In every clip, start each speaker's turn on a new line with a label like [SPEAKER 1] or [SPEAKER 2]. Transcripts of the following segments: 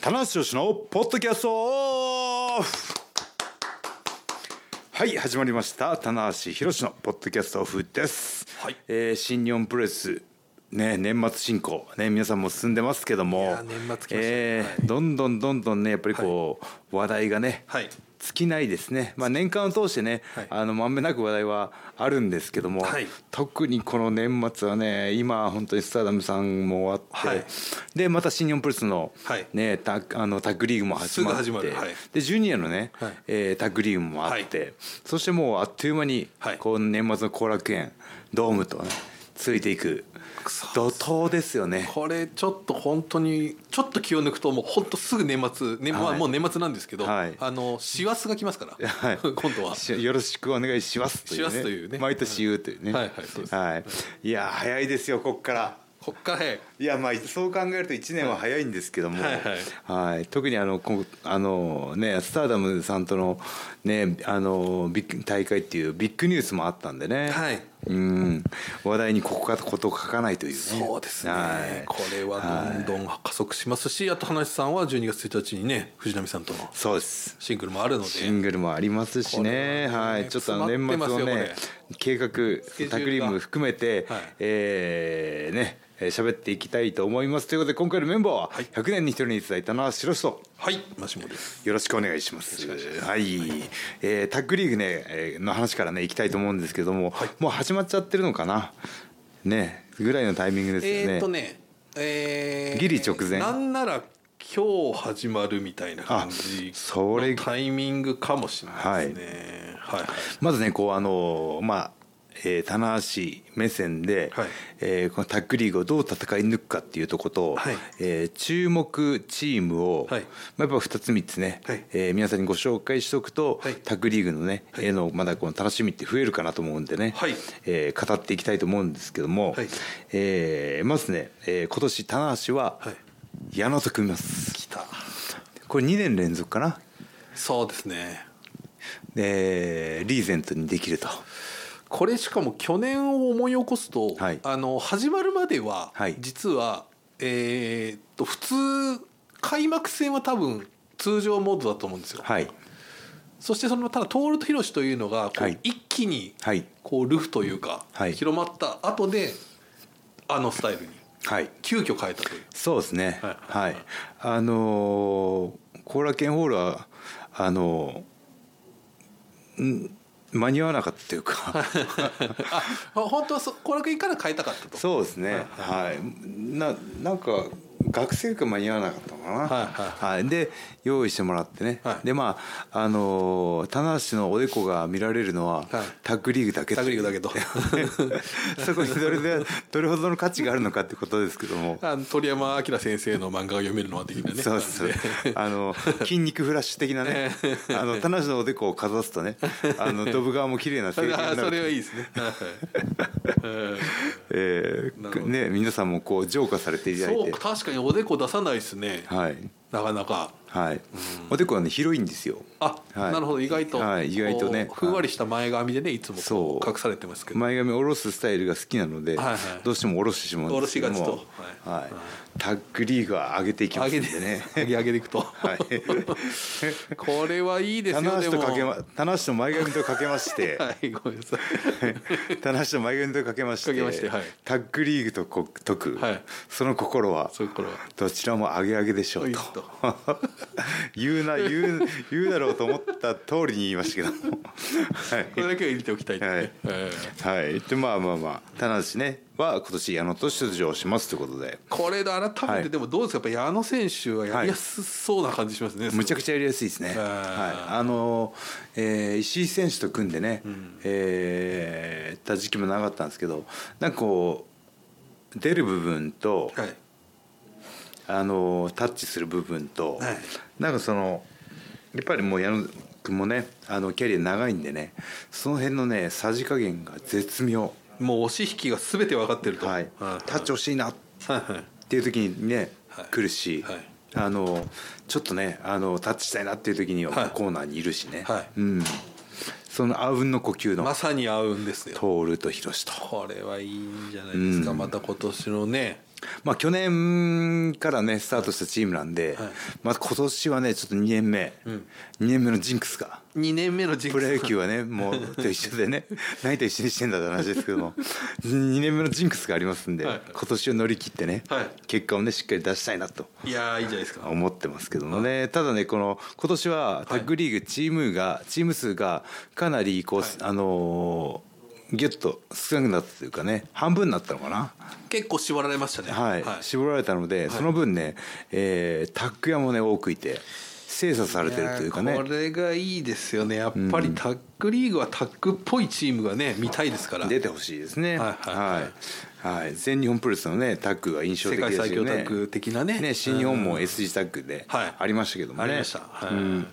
[SPEAKER 1] 棚橋宏のポッドキャストオフはい始まりました棚橋宏のポッドキャストオフです、
[SPEAKER 2] はい
[SPEAKER 1] えー新日本プロレスね年末進行ね皆さんも進んでますけども
[SPEAKER 2] いや年末来ましたね
[SPEAKER 1] えーどんどんどんどんねやっぱりこう、話題がね、
[SPEAKER 2] はい
[SPEAKER 1] 尽きないですね、まあ、年間を通してね、
[SPEAKER 2] はい
[SPEAKER 1] あのまんべんなく話題はあるんですけども、
[SPEAKER 2] はい
[SPEAKER 1] 特にこの年末はね今本当にスターダムさんも終わって、
[SPEAKER 2] はい
[SPEAKER 1] でまた新日本プロレスの,、
[SPEAKER 2] はい
[SPEAKER 1] ね、タッあのタッグリーグも始まって
[SPEAKER 2] すぐ始まるはい
[SPEAKER 1] でジュニアのね、
[SPEAKER 2] はい
[SPEAKER 1] えータッグリーグもあって、
[SPEAKER 2] はい
[SPEAKER 1] そしてもうあっという間に、
[SPEAKER 2] はい
[SPEAKER 1] こう年末の後楽園ドームと、ね、ついていく怒涛ですよね。
[SPEAKER 2] これちょっと本当にちょっと気を抜くともう本当すぐ年末年、まあ
[SPEAKER 1] はい
[SPEAKER 2] もう年末なんですけど、
[SPEAKER 1] はい
[SPEAKER 2] あの師走が来ますから、
[SPEAKER 1] はい
[SPEAKER 2] 今度は
[SPEAKER 1] しよろしくお願いしますという,、ね、
[SPEAKER 2] しますというね
[SPEAKER 1] 毎年言うというね
[SPEAKER 2] はいはいそうです
[SPEAKER 1] はい、いや早いですよここから
[SPEAKER 2] こっから早い
[SPEAKER 1] いやまあそう考えると1年は早いんですけども、
[SPEAKER 2] はい
[SPEAKER 1] はい特にあのこあの、ね、スターダムさんとの,、ね、あのビッグ大会っていうビッグニュースもあったんでね、
[SPEAKER 2] はい
[SPEAKER 1] うん話題にここかことを書かないという、ね、
[SPEAKER 2] そうですね、
[SPEAKER 1] はい
[SPEAKER 2] これはどんどん加速しますし、あと話さんは12月1日にね藤波さんとの
[SPEAKER 1] そうです
[SPEAKER 2] シングルもあるので
[SPEAKER 1] シングルもありますしね
[SPEAKER 2] これは
[SPEAKER 1] は
[SPEAKER 2] ね
[SPEAKER 1] い、ちょっとあの年末を
[SPEAKER 2] 詰まって
[SPEAKER 1] ね
[SPEAKER 2] ますよ
[SPEAKER 1] 計画
[SPEAKER 2] ケジュールが
[SPEAKER 1] タクリーム含めて、
[SPEAKER 2] はい
[SPEAKER 1] えーねえー喋っていきたいと思いますということで今回のメンバーは
[SPEAKER 2] はい
[SPEAKER 1] 100年に一人にいただいたのは白石と
[SPEAKER 2] はいマシモです
[SPEAKER 1] よろしくお願いします。はい、えータッグリーグね、えーの話からね、行きたいと思うんですけども、もう始まっちゃってるのかな。ね、ぐらいのタイミングですよね。
[SPEAKER 2] えっとねえー
[SPEAKER 1] ギリ直前
[SPEAKER 2] なんなら今日始まるみたいな感じ
[SPEAKER 1] あそれ
[SPEAKER 2] のタイミングかもしれないですねはい、はい
[SPEAKER 1] まずねこうあのまあえー棚橋目線で、
[SPEAKER 2] はい
[SPEAKER 1] えーこのタッグリーグをどう戦い抜くかっていうとこと、
[SPEAKER 2] はい
[SPEAKER 1] えー注目チームを、
[SPEAKER 2] はい
[SPEAKER 1] まあ、やっぱ2つ3つね、
[SPEAKER 2] はい
[SPEAKER 1] えー皆さんにご紹介しておくと、
[SPEAKER 2] はい
[SPEAKER 1] タッグリーグのね、えーのまだこの楽しみって増えるかなと思うんでね、
[SPEAKER 2] はい
[SPEAKER 1] えー語っていきたいと思うんですけども、
[SPEAKER 2] はい
[SPEAKER 1] えーまずね、えー今年棚橋は
[SPEAKER 2] はい
[SPEAKER 1] 矢野と組みます、
[SPEAKER 2] 来た
[SPEAKER 1] これ2年連続かな、
[SPEAKER 2] そうですね
[SPEAKER 1] えーリーゼントにできると。
[SPEAKER 2] これしかも去年を思い起こすと、
[SPEAKER 1] はい
[SPEAKER 2] あの始まるまでは、
[SPEAKER 1] はい
[SPEAKER 2] 実はえーっと普通開幕戦は多分通常モードだと思うんですよ、
[SPEAKER 1] はい
[SPEAKER 2] そしてそのただトールとヒロシというのがこう、
[SPEAKER 1] はい
[SPEAKER 2] 一気に
[SPEAKER 1] はい
[SPEAKER 2] こうルフというか、
[SPEAKER 1] はい
[SPEAKER 2] 広まった後であのスタイルに
[SPEAKER 1] はい
[SPEAKER 2] 急遽変えたという
[SPEAKER 1] そうですね。は
[SPEAKER 2] はいい。
[SPEAKER 1] あのー、後楽園ホールはあのーん間に合わなかったというか、
[SPEAKER 2] あ本当はそ後楽園から変えたかったと
[SPEAKER 1] そうですね。はい。ななんか学生が間に合わなかったのかな。
[SPEAKER 2] はい
[SPEAKER 1] はい。で用意してもらってね。
[SPEAKER 2] はい
[SPEAKER 1] でまああのー棚橋のおでこが見られるのは、タッグリーグだけと
[SPEAKER 2] タグリーグだけど
[SPEAKER 1] そこにどれでどれほどの価値があるのかってことですけども。
[SPEAKER 2] あの鳥山明先生の漫画が読めるのは的なね
[SPEAKER 1] そうそう
[SPEAKER 2] 感じで。
[SPEAKER 1] あの筋肉フラッシュ的なね、あの田無のおでこをかざすとね、あのドブ側も綺麗な
[SPEAKER 2] そ
[SPEAKER 1] 成
[SPEAKER 2] れ
[SPEAKER 1] 形にな
[SPEAKER 2] あそれ
[SPEAKER 1] る。
[SPEAKER 2] はいいですね。 はい
[SPEAKER 1] え
[SPEAKER 2] なる
[SPEAKER 1] ー、
[SPEAKER 2] ほど
[SPEAKER 1] ね皆さんもこう浄化されていただい
[SPEAKER 2] そう
[SPEAKER 1] て、
[SPEAKER 2] 確かにおでこ出さないですね。
[SPEAKER 1] はい
[SPEAKER 2] なかなか。
[SPEAKER 1] はい。おでこはね広いんですよ。
[SPEAKER 2] あ、
[SPEAKER 1] はい
[SPEAKER 2] なるほど意外と、
[SPEAKER 1] はい意外とね
[SPEAKER 2] こうふんわりした前髪でねいつもこ
[SPEAKER 1] そう
[SPEAKER 2] う隠されてますけど。
[SPEAKER 1] 前髪を下ろすスタイルが好きなので、
[SPEAKER 2] はいはい
[SPEAKER 1] どうしても下ろしてしまうんですけども、
[SPEAKER 2] 下ろしがちと
[SPEAKER 1] はい、タッグリーグは上げていきます
[SPEAKER 2] 上
[SPEAKER 1] ん
[SPEAKER 2] げ
[SPEAKER 1] で
[SPEAKER 2] て
[SPEAKER 1] ね
[SPEAKER 2] ね。上げ上げていくと。
[SPEAKER 1] はい。
[SPEAKER 2] これはいいです
[SPEAKER 1] 棚
[SPEAKER 2] よで
[SPEAKER 1] 橋
[SPEAKER 2] も。
[SPEAKER 1] とかけ
[SPEAKER 2] は
[SPEAKER 1] ま、棚橋と前髪とかけまして、
[SPEAKER 2] いごめんなさい。
[SPEAKER 1] 棚橋と前髪とかけまして
[SPEAKER 2] かけましてはい
[SPEAKER 1] タッグリーグとこ解く、
[SPEAKER 2] はい
[SPEAKER 1] その心は
[SPEAKER 2] そういう頃は。
[SPEAKER 1] どちらも上げ上げでしょうと
[SPEAKER 2] いいと
[SPEAKER 1] 言うな言う言うだろうと思った通りに言いましたけども
[SPEAKER 2] これだけは入れておきたい、ね。
[SPEAKER 1] はい
[SPEAKER 2] えー
[SPEAKER 1] はい、はい、でまあまあまあ田中ねは今年矢野と出場しますということで
[SPEAKER 2] これで改
[SPEAKER 1] は
[SPEAKER 2] め
[SPEAKER 1] い
[SPEAKER 2] てでもどうですかやっぱ矢野選手はやりやすそうな感じしますね。
[SPEAKER 1] むちゃくちゃやりやすいですね、
[SPEAKER 2] あー
[SPEAKER 1] はい、あの、えー石井選手と組んでね、えーやった時期も長かったんですけどなんかこう出る部分と、
[SPEAKER 2] はい。
[SPEAKER 1] あのタッチする部分と、
[SPEAKER 2] はい
[SPEAKER 1] なんかそのやっぱりもう矢野君もねあのキャリア長いんでねその辺のねさじ加減が絶妙、
[SPEAKER 2] もう押し引きがすべて分かってると。
[SPEAKER 1] はい、タッチ欲しいなっ
[SPEAKER 2] はいはい。
[SPEAKER 1] ていう時にね、
[SPEAKER 2] はい
[SPEAKER 1] 来るし、
[SPEAKER 2] はい
[SPEAKER 1] あのちょっとねあのタッチしたいなっていう時には
[SPEAKER 2] はい
[SPEAKER 1] コーナーにいるしね、
[SPEAKER 2] はい
[SPEAKER 1] うん、そのあうんの呼吸の
[SPEAKER 2] まさに合うんですよ
[SPEAKER 1] 徹と広志と。
[SPEAKER 2] これはいいんじゃないですか、また今年のね
[SPEAKER 1] まあ、去年からねスタートしたチームなんで、
[SPEAKER 2] はい
[SPEAKER 1] まあ、今年はねちょっと2年目、
[SPEAKER 2] ん
[SPEAKER 1] 2年目のジンクスが
[SPEAKER 2] 2年目 のジン
[SPEAKER 1] プ
[SPEAKER 2] クス
[SPEAKER 1] ロ野球はねもうと一緒で ね何と一緒にしてんだって話ですけども2年目のジンクスがありますんで、
[SPEAKER 2] はい
[SPEAKER 1] 今年を乗り切ってね、
[SPEAKER 2] はい
[SPEAKER 1] 結果をねしっかり出したいなと
[SPEAKER 2] いやーいいじゃないですか
[SPEAKER 1] 思ってますけどもね、ただねこの今年はタッグリーグチームが、チーム数がかなりこう、
[SPEAKER 2] はい
[SPEAKER 1] あのーギュッと少なくなったというかね半分になったのかな、
[SPEAKER 2] 結構絞られましたね
[SPEAKER 1] はい絞られたので、その分ね、えータッグ屋もね多くいて精査されてるというか
[SPEAKER 2] い
[SPEAKER 1] ね
[SPEAKER 2] やーこれがいいですよねやっぱりタックリーグはタックっぽいチームがね見たいですから
[SPEAKER 1] 出てほしいですね。
[SPEAKER 2] は
[SPEAKER 1] はいい、
[SPEAKER 2] は
[SPEAKER 1] はいい全日本プロレスのねタッグが印象
[SPEAKER 2] 世
[SPEAKER 1] 的で
[SPEAKER 2] 界
[SPEAKER 1] すよね。
[SPEAKER 2] 最強タッグ的なね
[SPEAKER 1] ね新日本も
[SPEAKER 2] うん
[SPEAKER 1] SG タッグで
[SPEAKER 2] はい
[SPEAKER 1] ありましたけどもね。
[SPEAKER 2] ありましたはい
[SPEAKER 1] うん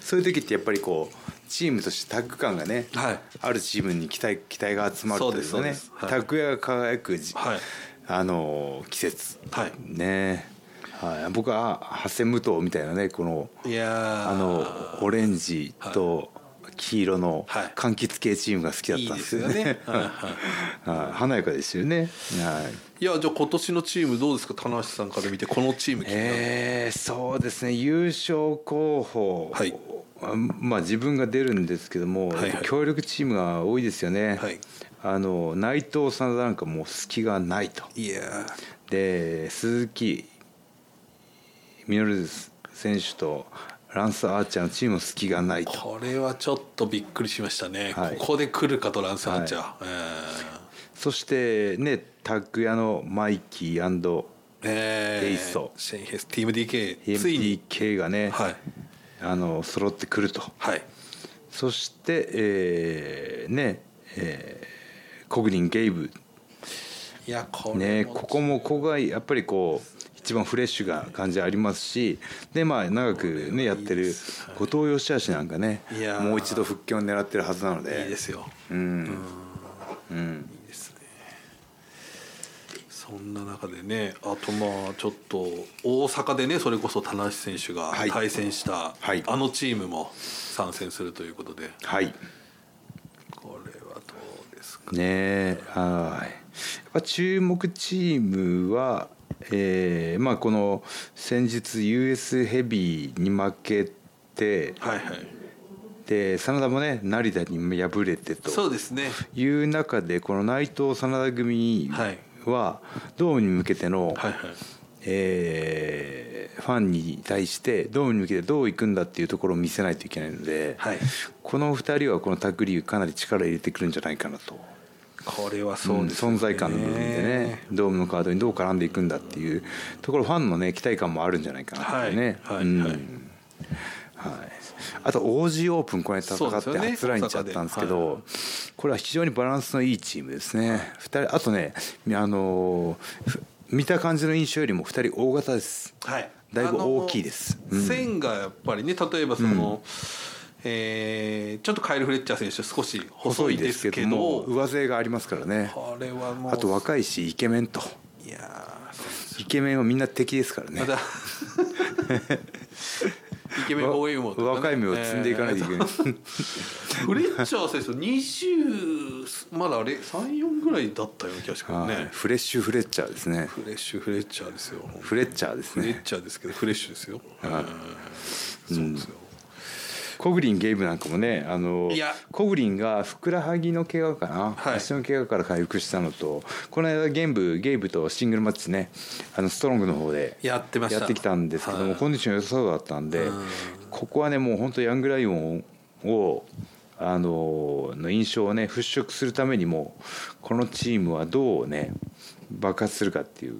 [SPEAKER 1] そういう時ってやっぱりこうチームとしてタッグ感がね、
[SPEAKER 2] はい
[SPEAKER 1] あるチームに期待期待が集まるとい
[SPEAKER 2] そう
[SPEAKER 1] う
[SPEAKER 2] です
[SPEAKER 1] か
[SPEAKER 2] そ
[SPEAKER 1] ね
[SPEAKER 2] うですはい
[SPEAKER 1] タッグ屋が輝くじ、
[SPEAKER 2] はい
[SPEAKER 1] あのー季節、
[SPEAKER 2] はい
[SPEAKER 1] ね。はい、僕は八千無党みたいなねこの
[SPEAKER 2] いやー
[SPEAKER 1] あのオレンジと黄色の
[SPEAKER 2] はい
[SPEAKER 1] 柑橘系チームが好きだったんですよ
[SPEAKER 2] いいで
[SPEAKER 1] ね
[SPEAKER 2] すよねはい
[SPEAKER 1] はい華やかですよね。はい。
[SPEAKER 2] いやじゃあ今年のチームどうですか棚橋さんから見てこのチーム気になる
[SPEAKER 1] えー、そうですね優勝候補、
[SPEAKER 2] はい
[SPEAKER 1] あまあ自分が出るんですけども、
[SPEAKER 2] はいはい
[SPEAKER 1] 協力チームが多いですよね、
[SPEAKER 2] はい
[SPEAKER 1] あの内藤さんなんかもう隙がないと
[SPEAKER 2] いや
[SPEAKER 1] で鈴木ミノル選手とランス・アーチャーのチームも隙がない
[SPEAKER 2] ー
[SPEAKER 1] と
[SPEAKER 2] これはちょっとびっくりしましたね、
[SPEAKER 1] はい
[SPEAKER 2] ここで来るかとランサーチャー、
[SPEAKER 1] そしてねタッグ屋のマイキー
[SPEAKER 2] えー
[SPEAKER 1] ヘイスト
[SPEAKER 2] シェイン・ヘイスト TMDK ついに
[SPEAKER 1] MDK がね、
[SPEAKER 2] はい
[SPEAKER 1] あの揃ってくると
[SPEAKER 2] はい
[SPEAKER 1] そして、えーね、えーコグリンゲイブ、
[SPEAKER 2] いやこれ
[SPEAKER 1] ね、
[SPEAKER 2] も
[SPEAKER 1] ここもここがやっぱりこう一番フレッシュな感じありますしで、まあ、長く、ね、やってる後藤義足なんかね
[SPEAKER 2] いやー
[SPEAKER 1] もう一度復権を狙ってるはずなので
[SPEAKER 2] いいですよ
[SPEAKER 1] うんうん、
[SPEAKER 2] いいですねそんな中でねあとまあちょっと大阪でねそれこそ田無選手が
[SPEAKER 1] はい
[SPEAKER 2] 対戦した、
[SPEAKER 1] はい
[SPEAKER 2] あのチームも参戦するということで
[SPEAKER 1] はい
[SPEAKER 2] これはどうですか
[SPEAKER 1] ねえはいやっぱ注目チームは、えーまあ、この先日 US ヘビーに負けて
[SPEAKER 2] はいはい
[SPEAKER 1] で真田もね成田に敗れて
[SPEAKER 2] そ
[SPEAKER 1] と
[SPEAKER 2] うですね
[SPEAKER 1] いう中でこの内藤真田組はドームに向けての、
[SPEAKER 2] はいはい
[SPEAKER 1] えーファンに対してドームに向けてどう行くんだっていうところを見せないといけないので、
[SPEAKER 2] はい
[SPEAKER 1] この2人はこのタッグリーグかなり力入れてくるんじゃないかなと。
[SPEAKER 2] これはそうです、ね
[SPEAKER 1] 存在感の部分でねドームのカードにどう絡んでいくんだっていうところファンのね期待感もあるんじゃないかなっていうね、
[SPEAKER 2] はいはい
[SPEAKER 1] うん
[SPEAKER 2] はい
[SPEAKER 1] はいあと OG オープンこの間戦
[SPEAKER 2] そうです
[SPEAKER 1] っ
[SPEAKER 2] よ
[SPEAKER 1] て
[SPEAKER 2] ね
[SPEAKER 1] 初来日だったんですけ
[SPEAKER 2] 大阪
[SPEAKER 1] ど、これは非常にバランスのいいチームですね二人あとねあのーふ見た感じの印象よりも2人大型です
[SPEAKER 2] はい、
[SPEAKER 1] だいぶ大きいです
[SPEAKER 2] あの線がやっぱりね例えばその、えーちょっとカイル・フレッチャー選手少し細いですけど
[SPEAKER 1] も上背がありますからね
[SPEAKER 2] これはもう
[SPEAKER 1] あと若いしイケメンと
[SPEAKER 2] いや
[SPEAKER 1] イケメンはみんな敵ですからね
[SPEAKER 2] ーまた イケメンボーイもとかね
[SPEAKER 1] 若い目を積んでいかないといけない、
[SPEAKER 2] えーフレッチャー選手20まだあれ34ぐらいだったような気がしま
[SPEAKER 1] は
[SPEAKER 2] すけ
[SPEAKER 1] い
[SPEAKER 2] どね
[SPEAKER 1] フレッシュフレッチャーですね
[SPEAKER 2] フレッシュフレッチャーですよ
[SPEAKER 1] フレッチャーです
[SPEAKER 2] フレッ
[SPEAKER 1] ね
[SPEAKER 2] チャーですけどフレッシュですよ、えーそうですよ、
[SPEAKER 1] コグリンゲイブなんかもねあの
[SPEAKER 2] いや
[SPEAKER 1] コグリンがふくらはぎの怪我かな、
[SPEAKER 2] はい
[SPEAKER 1] 足の怪我から回復したのとこの間ゲームゲイブとシングルマッチねあのストロングの方で
[SPEAKER 2] やってました
[SPEAKER 1] やってきたんですけども、
[SPEAKER 2] はい
[SPEAKER 1] コンディション良さそうだったんで、
[SPEAKER 2] うん
[SPEAKER 1] ここはねもう本当ヤングライオンをあのの印象をね払拭するためにもこのチームはどうね爆発するかっていう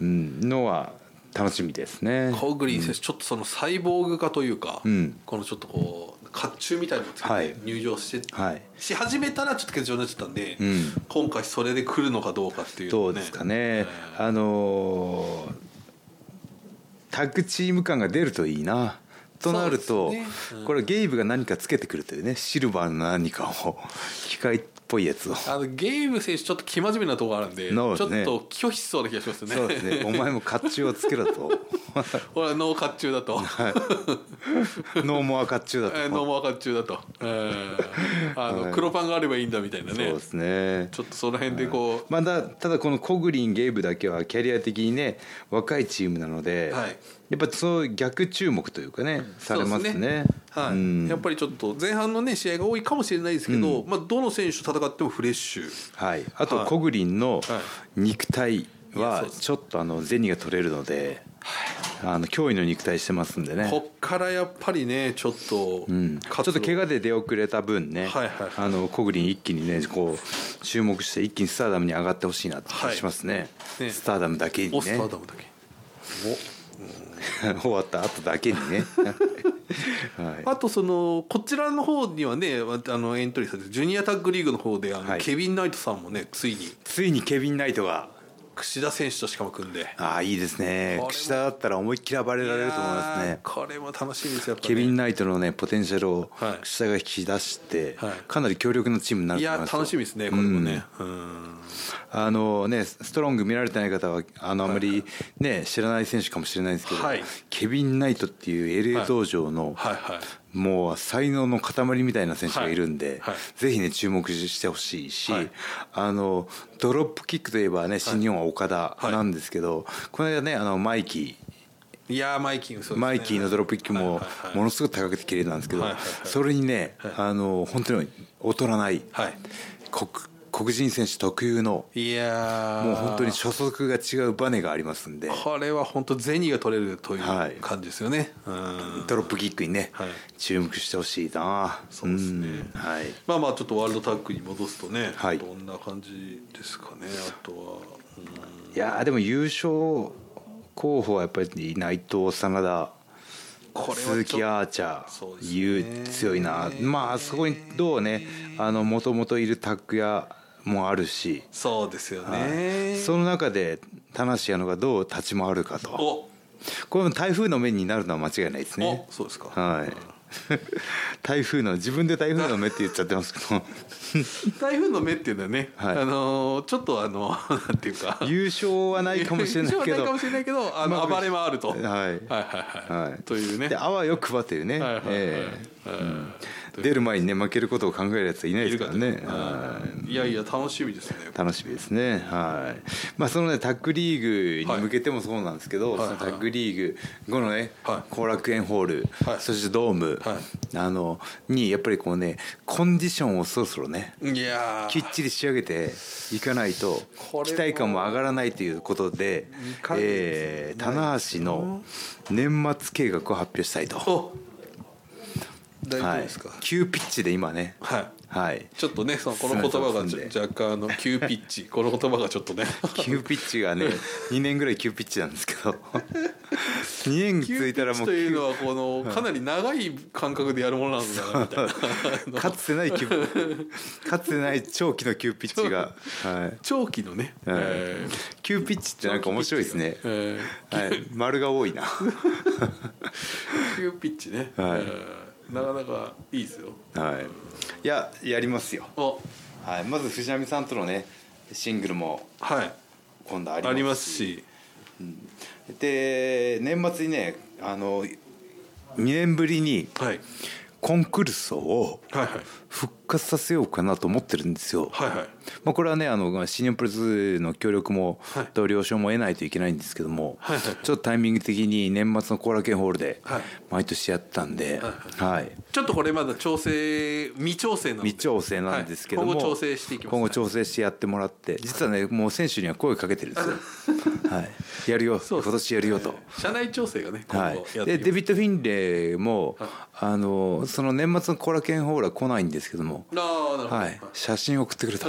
[SPEAKER 1] うんのは楽しみですね。
[SPEAKER 2] コグリーン選手、ちょっとそのサイボーグ化というか、
[SPEAKER 1] うん
[SPEAKER 2] このちょっとこう甲冑みたいなのをつけ
[SPEAKER 1] は
[SPEAKER 2] て
[SPEAKER 1] い
[SPEAKER 2] 入場して、
[SPEAKER 1] はい
[SPEAKER 2] し始めたらちょっと欠場になっちゃったんで、
[SPEAKER 1] うん
[SPEAKER 2] 今回それで来るのかどうかっていうの
[SPEAKER 1] ど
[SPEAKER 2] を
[SPEAKER 1] うですかね、
[SPEAKER 2] えー
[SPEAKER 1] あのータッグチーム感が出るといいなとなる
[SPEAKER 2] そ
[SPEAKER 1] と、
[SPEAKER 2] うですねうん
[SPEAKER 1] これゲイブが何かつけてくるというねシルバーの何かを機械ぽいやつを。
[SPEAKER 2] あのゲーム選手ちょっと生真面目なところあるんで、
[SPEAKER 1] そう
[SPEAKER 2] ちょっ
[SPEAKER 1] ね
[SPEAKER 2] と拒否しそうな気がしますね
[SPEAKER 1] そうです ね。お前も甲冑をつけろと。
[SPEAKER 2] 俺ノーカッチュだと、
[SPEAKER 1] ノーモア甲冑だ
[SPEAKER 2] えー
[SPEAKER 1] と。
[SPEAKER 2] ノーマーカッチュだと、えーあの、
[SPEAKER 1] はい
[SPEAKER 2] 黒パンがあればいいんだみたい
[SPEAKER 1] そ
[SPEAKER 2] な
[SPEAKER 1] う
[SPEAKER 2] ね
[SPEAKER 1] ですね。
[SPEAKER 2] ちょっとその辺でこう、
[SPEAKER 1] まだただこのコグリンゲーブだけはキャリア的にね若いチームなので、
[SPEAKER 2] はい
[SPEAKER 1] やっぱその逆注目というかね、されます
[SPEAKER 2] そうです
[SPEAKER 1] ね。
[SPEAKER 2] はい
[SPEAKER 1] うん
[SPEAKER 2] やっぱりちょっと前半の、ね、試合が多いかもしれないですけど、まあ、どの選手と戦ってもフレッシュ
[SPEAKER 1] はい、あと
[SPEAKER 2] はい
[SPEAKER 1] コグリンの
[SPEAKER 2] は
[SPEAKER 1] 肉体
[SPEAKER 2] いや
[SPEAKER 1] は
[SPEAKER 2] そうです
[SPEAKER 1] ちょっとあの銭が取れるので、あの驚異の肉体してますんでね。
[SPEAKER 2] こっからやっぱりねちょっと、
[SPEAKER 1] うんちょっと怪
[SPEAKER 2] 我
[SPEAKER 1] 我で出遅れた分ね、
[SPEAKER 2] はいはい
[SPEAKER 1] あのコグリン一気にねこう注目して一気にスターダムに上がってほしいなって気がしますね,、
[SPEAKER 2] はいね
[SPEAKER 1] スターダムだけにね
[SPEAKER 2] オスターダムだけ
[SPEAKER 1] 終わった後だけに ね、はい、
[SPEAKER 2] あとそのこちらの方にはねあのエントリーされてジュニアタッグリーグの方であの、
[SPEAKER 1] はい
[SPEAKER 2] ケビン・ナイトさんもねついに
[SPEAKER 1] ついにケビン・ナイトが
[SPEAKER 2] 櫛田選手としかも組んで
[SPEAKER 1] ああいいですね
[SPEAKER 2] これも
[SPEAKER 1] 櫛田だったら思いっきり暴れられると思います
[SPEAKER 2] いやー
[SPEAKER 1] ね
[SPEAKER 2] これも楽しみですよやっぱ、ね、
[SPEAKER 1] ケビン・ナイトのねポテンシャルを
[SPEAKER 2] はい
[SPEAKER 1] 櫛田が引き出して、
[SPEAKER 2] はい
[SPEAKER 1] かなり強力なチームになる
[SPEAKER 2] い
[SPEAKER 1] と思
[SPEAKER 2] や
[SPEAKER 1] いますよ
[SPEAKER 2] 楽しみですねこれもねうん
[SPEAKER 1] あのね、ストロング見られてない方はあのあまり、ね知らない選手かもしれないですけど、
[SPEAKER 2] はい
[SPEAKER 1] ケビン・ナイトっていう
[SPEAKER 2] は
[SPEAKER 1] LA
[SPEAKER 2] い
[SPEAKER 1] 道場の、
[SPEAKER 2] はいはい
[SPEAKER 1] もう才能の塊みたいな選手がいるんで、
[SPEAKER 2] はいはい
[SPEAKER 1] ぜひね注目してほしいし、
[SPEAKER 2] はい
[SPEAKER 1] あのドロップキックといえばね新日本は岡田なんですけど、この間ねあのマイキー
[SPEAKER 2] いやーマイキーそうですね
[SPEAKER 1] マイキーのドロップキックも
[SPEAKER 2] はいはいはい
[SPEAKER 1] ものすごく高くて綺麗なんですけど、
[SPEAKER 2] はいはいはい
[SPEAKER 1] それにね、
[SPEAKER 2] はい
[SPEAKER 1] あの本当に劣らない、
[SPEAKER 2] はい
[SPEAKER 1] 黒黒人選手特有の
[SPEAKER 2] いやー
[SPEAKER 1] もう本当に初速が違うバネがありますんで、
[SPEAKER 2] これは本当銭が取れるとい
[SPEAKER 1] はいう
[SPEAKER 2] 感じですよね、うん
[SPEAKER 1] ドロップキックにね、
[SPEAKER 2] はい
[SPEAKER 1] 注目してほしいな。
[SPEAKER 2] そうですね
[SPEAKER 1] んはい。
[SPEAKER 2] まあまあちょっとワールドタッグに戻すとね、
[SPEAKER 1] はい
[SPEAKER 2] どんな感じですかねあとは、うん
[SPEAKER 1] いやーでも優勝候補はやっぱり内藤真田。
[SPEAKER 2] これはちょ
[SPEAKER 1] 鈴木アーチャ
[SPEAKER 2] そう
[SPEAKER 1] ー、
[SPEAKER 2] ですね
[SPEAKER 1] ゆう強いな、まあそこにどうね、あのもともといるタッグ屋もあるし、
[SPEAKER 2] そうですよね、
[SPEAKER 1] はいその中で田無矢野がどう立ち回るかと、
[SPEAKER 2] お
[SPEAKER 1] これも台風の目になるのは間違いないですね
[SPEAKER 2] お。そうですか、
[SPEAKER 1] はい。台風の自分で台風の目って言っちゃってますけ ど
[SPEAKER 2] 台風の目っていうのはね、
[SPEAKER 1] はい
[SPEAKER 2] あのーちょっとあの なんていうか
[SPEAKER 1] 優勝はないかもしれないけ
[SPEAKER 2] 優勝は
[SPEAKER 1] ど
[SPEAKER 2] かもしれないけどあの、
[SPEAKER 1] まあ
[SPEAKER 2] 暴れ回ると、はい、
[SPEAKER 1] はい
[SPEAKER 2] はいはいはい
[SPEAKER 1] はい
[SPEAKER 2] というね
[SPEAKER 1] であわよくばというね
[SPEAKER 2] はいはいはい
[SPEAKER 1] え
[SPEAKER 2] うん
[SPEAKER 1] え出る前にね負けることを考えるやつはいないですからねはい
[SPEAKER 2] やいや楽しみですね
[SPEAKER 1] い楽しみですねはいまあそのねタッグリーグに向けてもそうなんですけど、
[SPEAKER 2] はい
[SPEAKER 1] そのタッグリーグ後のね後、
[SPEAKER 2] はい
[SPEAKER 1] 楽園ホール、
[SPEAKER 2] はい
[SPEAKER 1] そしてドーム、
[SPEAKER 2] は
[SPEAKER 1] あのにやっぱりこうねコンディションをそろそろね
[SPEAKER 2] いやー
[SPEAKER 1] きっちり仕上げていかないと
[SPEAKER 2] これ
[SPEAKER 1] 期
[SPEAKER 2] は
[SPEAKER 1] 待感も上がらないということで
[SPEAKER 2] か、月
[SPEAKER 1] えー、棚橋の年末計画を発表したいと、は
[SPEAKER 2] お大丈夫
[SPEAKER 1] い
[SPEAKER 2] ですか、、
[SPEAKER 1] 急ピッチで今ね、
[SPEAKER 2] はい
[SPEAKER 1] はい、
[SPEAKER 2] ちょっとねそのこの言葉がち
[SPEAKER 1] 進
[SPEAKER 2] ょ
[SPEAKER 1] んで
[SPEAKER 2] 若干あの急ピッチ この言葉がちょっとね
[SPEAKER 1] 急ピッチが ね2年ぐらい急ピッチなんですけど2年続いたらもう
[SPEAKER 2] 急ピッチというのはこのかなり長い間隔でやるものなんだなみたいなあの
[SPEAKER 1] かつてない 急かつてない長期の急ピッチが、はい
[SPEAKER 2] 長期のね、
[SPEAKER 1] はい
[SPEAKER 2] えー
[SPEAKER 1] 急ピッチってなんか面白いですね、
[SPEAKER 2] え
[SPEAKER 1] はい、丸が多いな
[SPEAKER 2] ー急ピッチね、
[SPEAKER 1] はい
[SPEAKER 2] えーなかなかいいですよ
[SPEAKER 1] はいいややりますよ
[SPEAKER 2] お
[SPEAKER 1] はい、まず藤波さんとのねシングルも
[SPEAKER 2] はい
[SPEAKER 1] 今度あります
[SPEAKER 2] ありますし
[SPEAKER 1] で年末にねあの2年ぶりに
[SPEAKER 2] はい
[SPEAKER 1] コンクルソを
[SPEAKER 2] はいはい
[SPEAKER 1] 復活させようかなと思ってるんですよ、
[SPEAKER 2] はいはい
[SPEAKER 1] まあ、これはねあのシニアプレスの協力も、
[SPEAKER 2] はい
[SPEAKER 1] と了承も得ないといけないんですけども、
[SPEAKER 2] はいはい
[SPEAKER 1] ちょっとタイミング的に年末の後楽園ホールで
[SPEAKER 2] はい
[SPEAKER 1] 毎年やったんで、はい
[SPEAKER 2] ちょっとこれまだ調整未調整なので
[SPEAKER 1] 未調整なんですけども、
[SPEAKER 2] はい今後調整していきます
[SPEAKER 1] 今後調整してやってもらって実はねもう選手には声かけてるんですよ、 はい、やるよ
[SPEAKER 2] そう
[SPEAKER 1] 今年やるよと。
[SPEAKER 2] 社内調整がね今後
[SPEAKER 1] は
[SPEAKER 2] やってきま
[SPEAKER 1] い、
[SPEAKER 2] す
[SPEAKER 1] でデビッド・フィンレイも、あのその年末の後楽園ホールは来ないんですけども、
[SPEAKER 2] ああなるほど、
[SPEAKER 1] はい、写真送ってくれた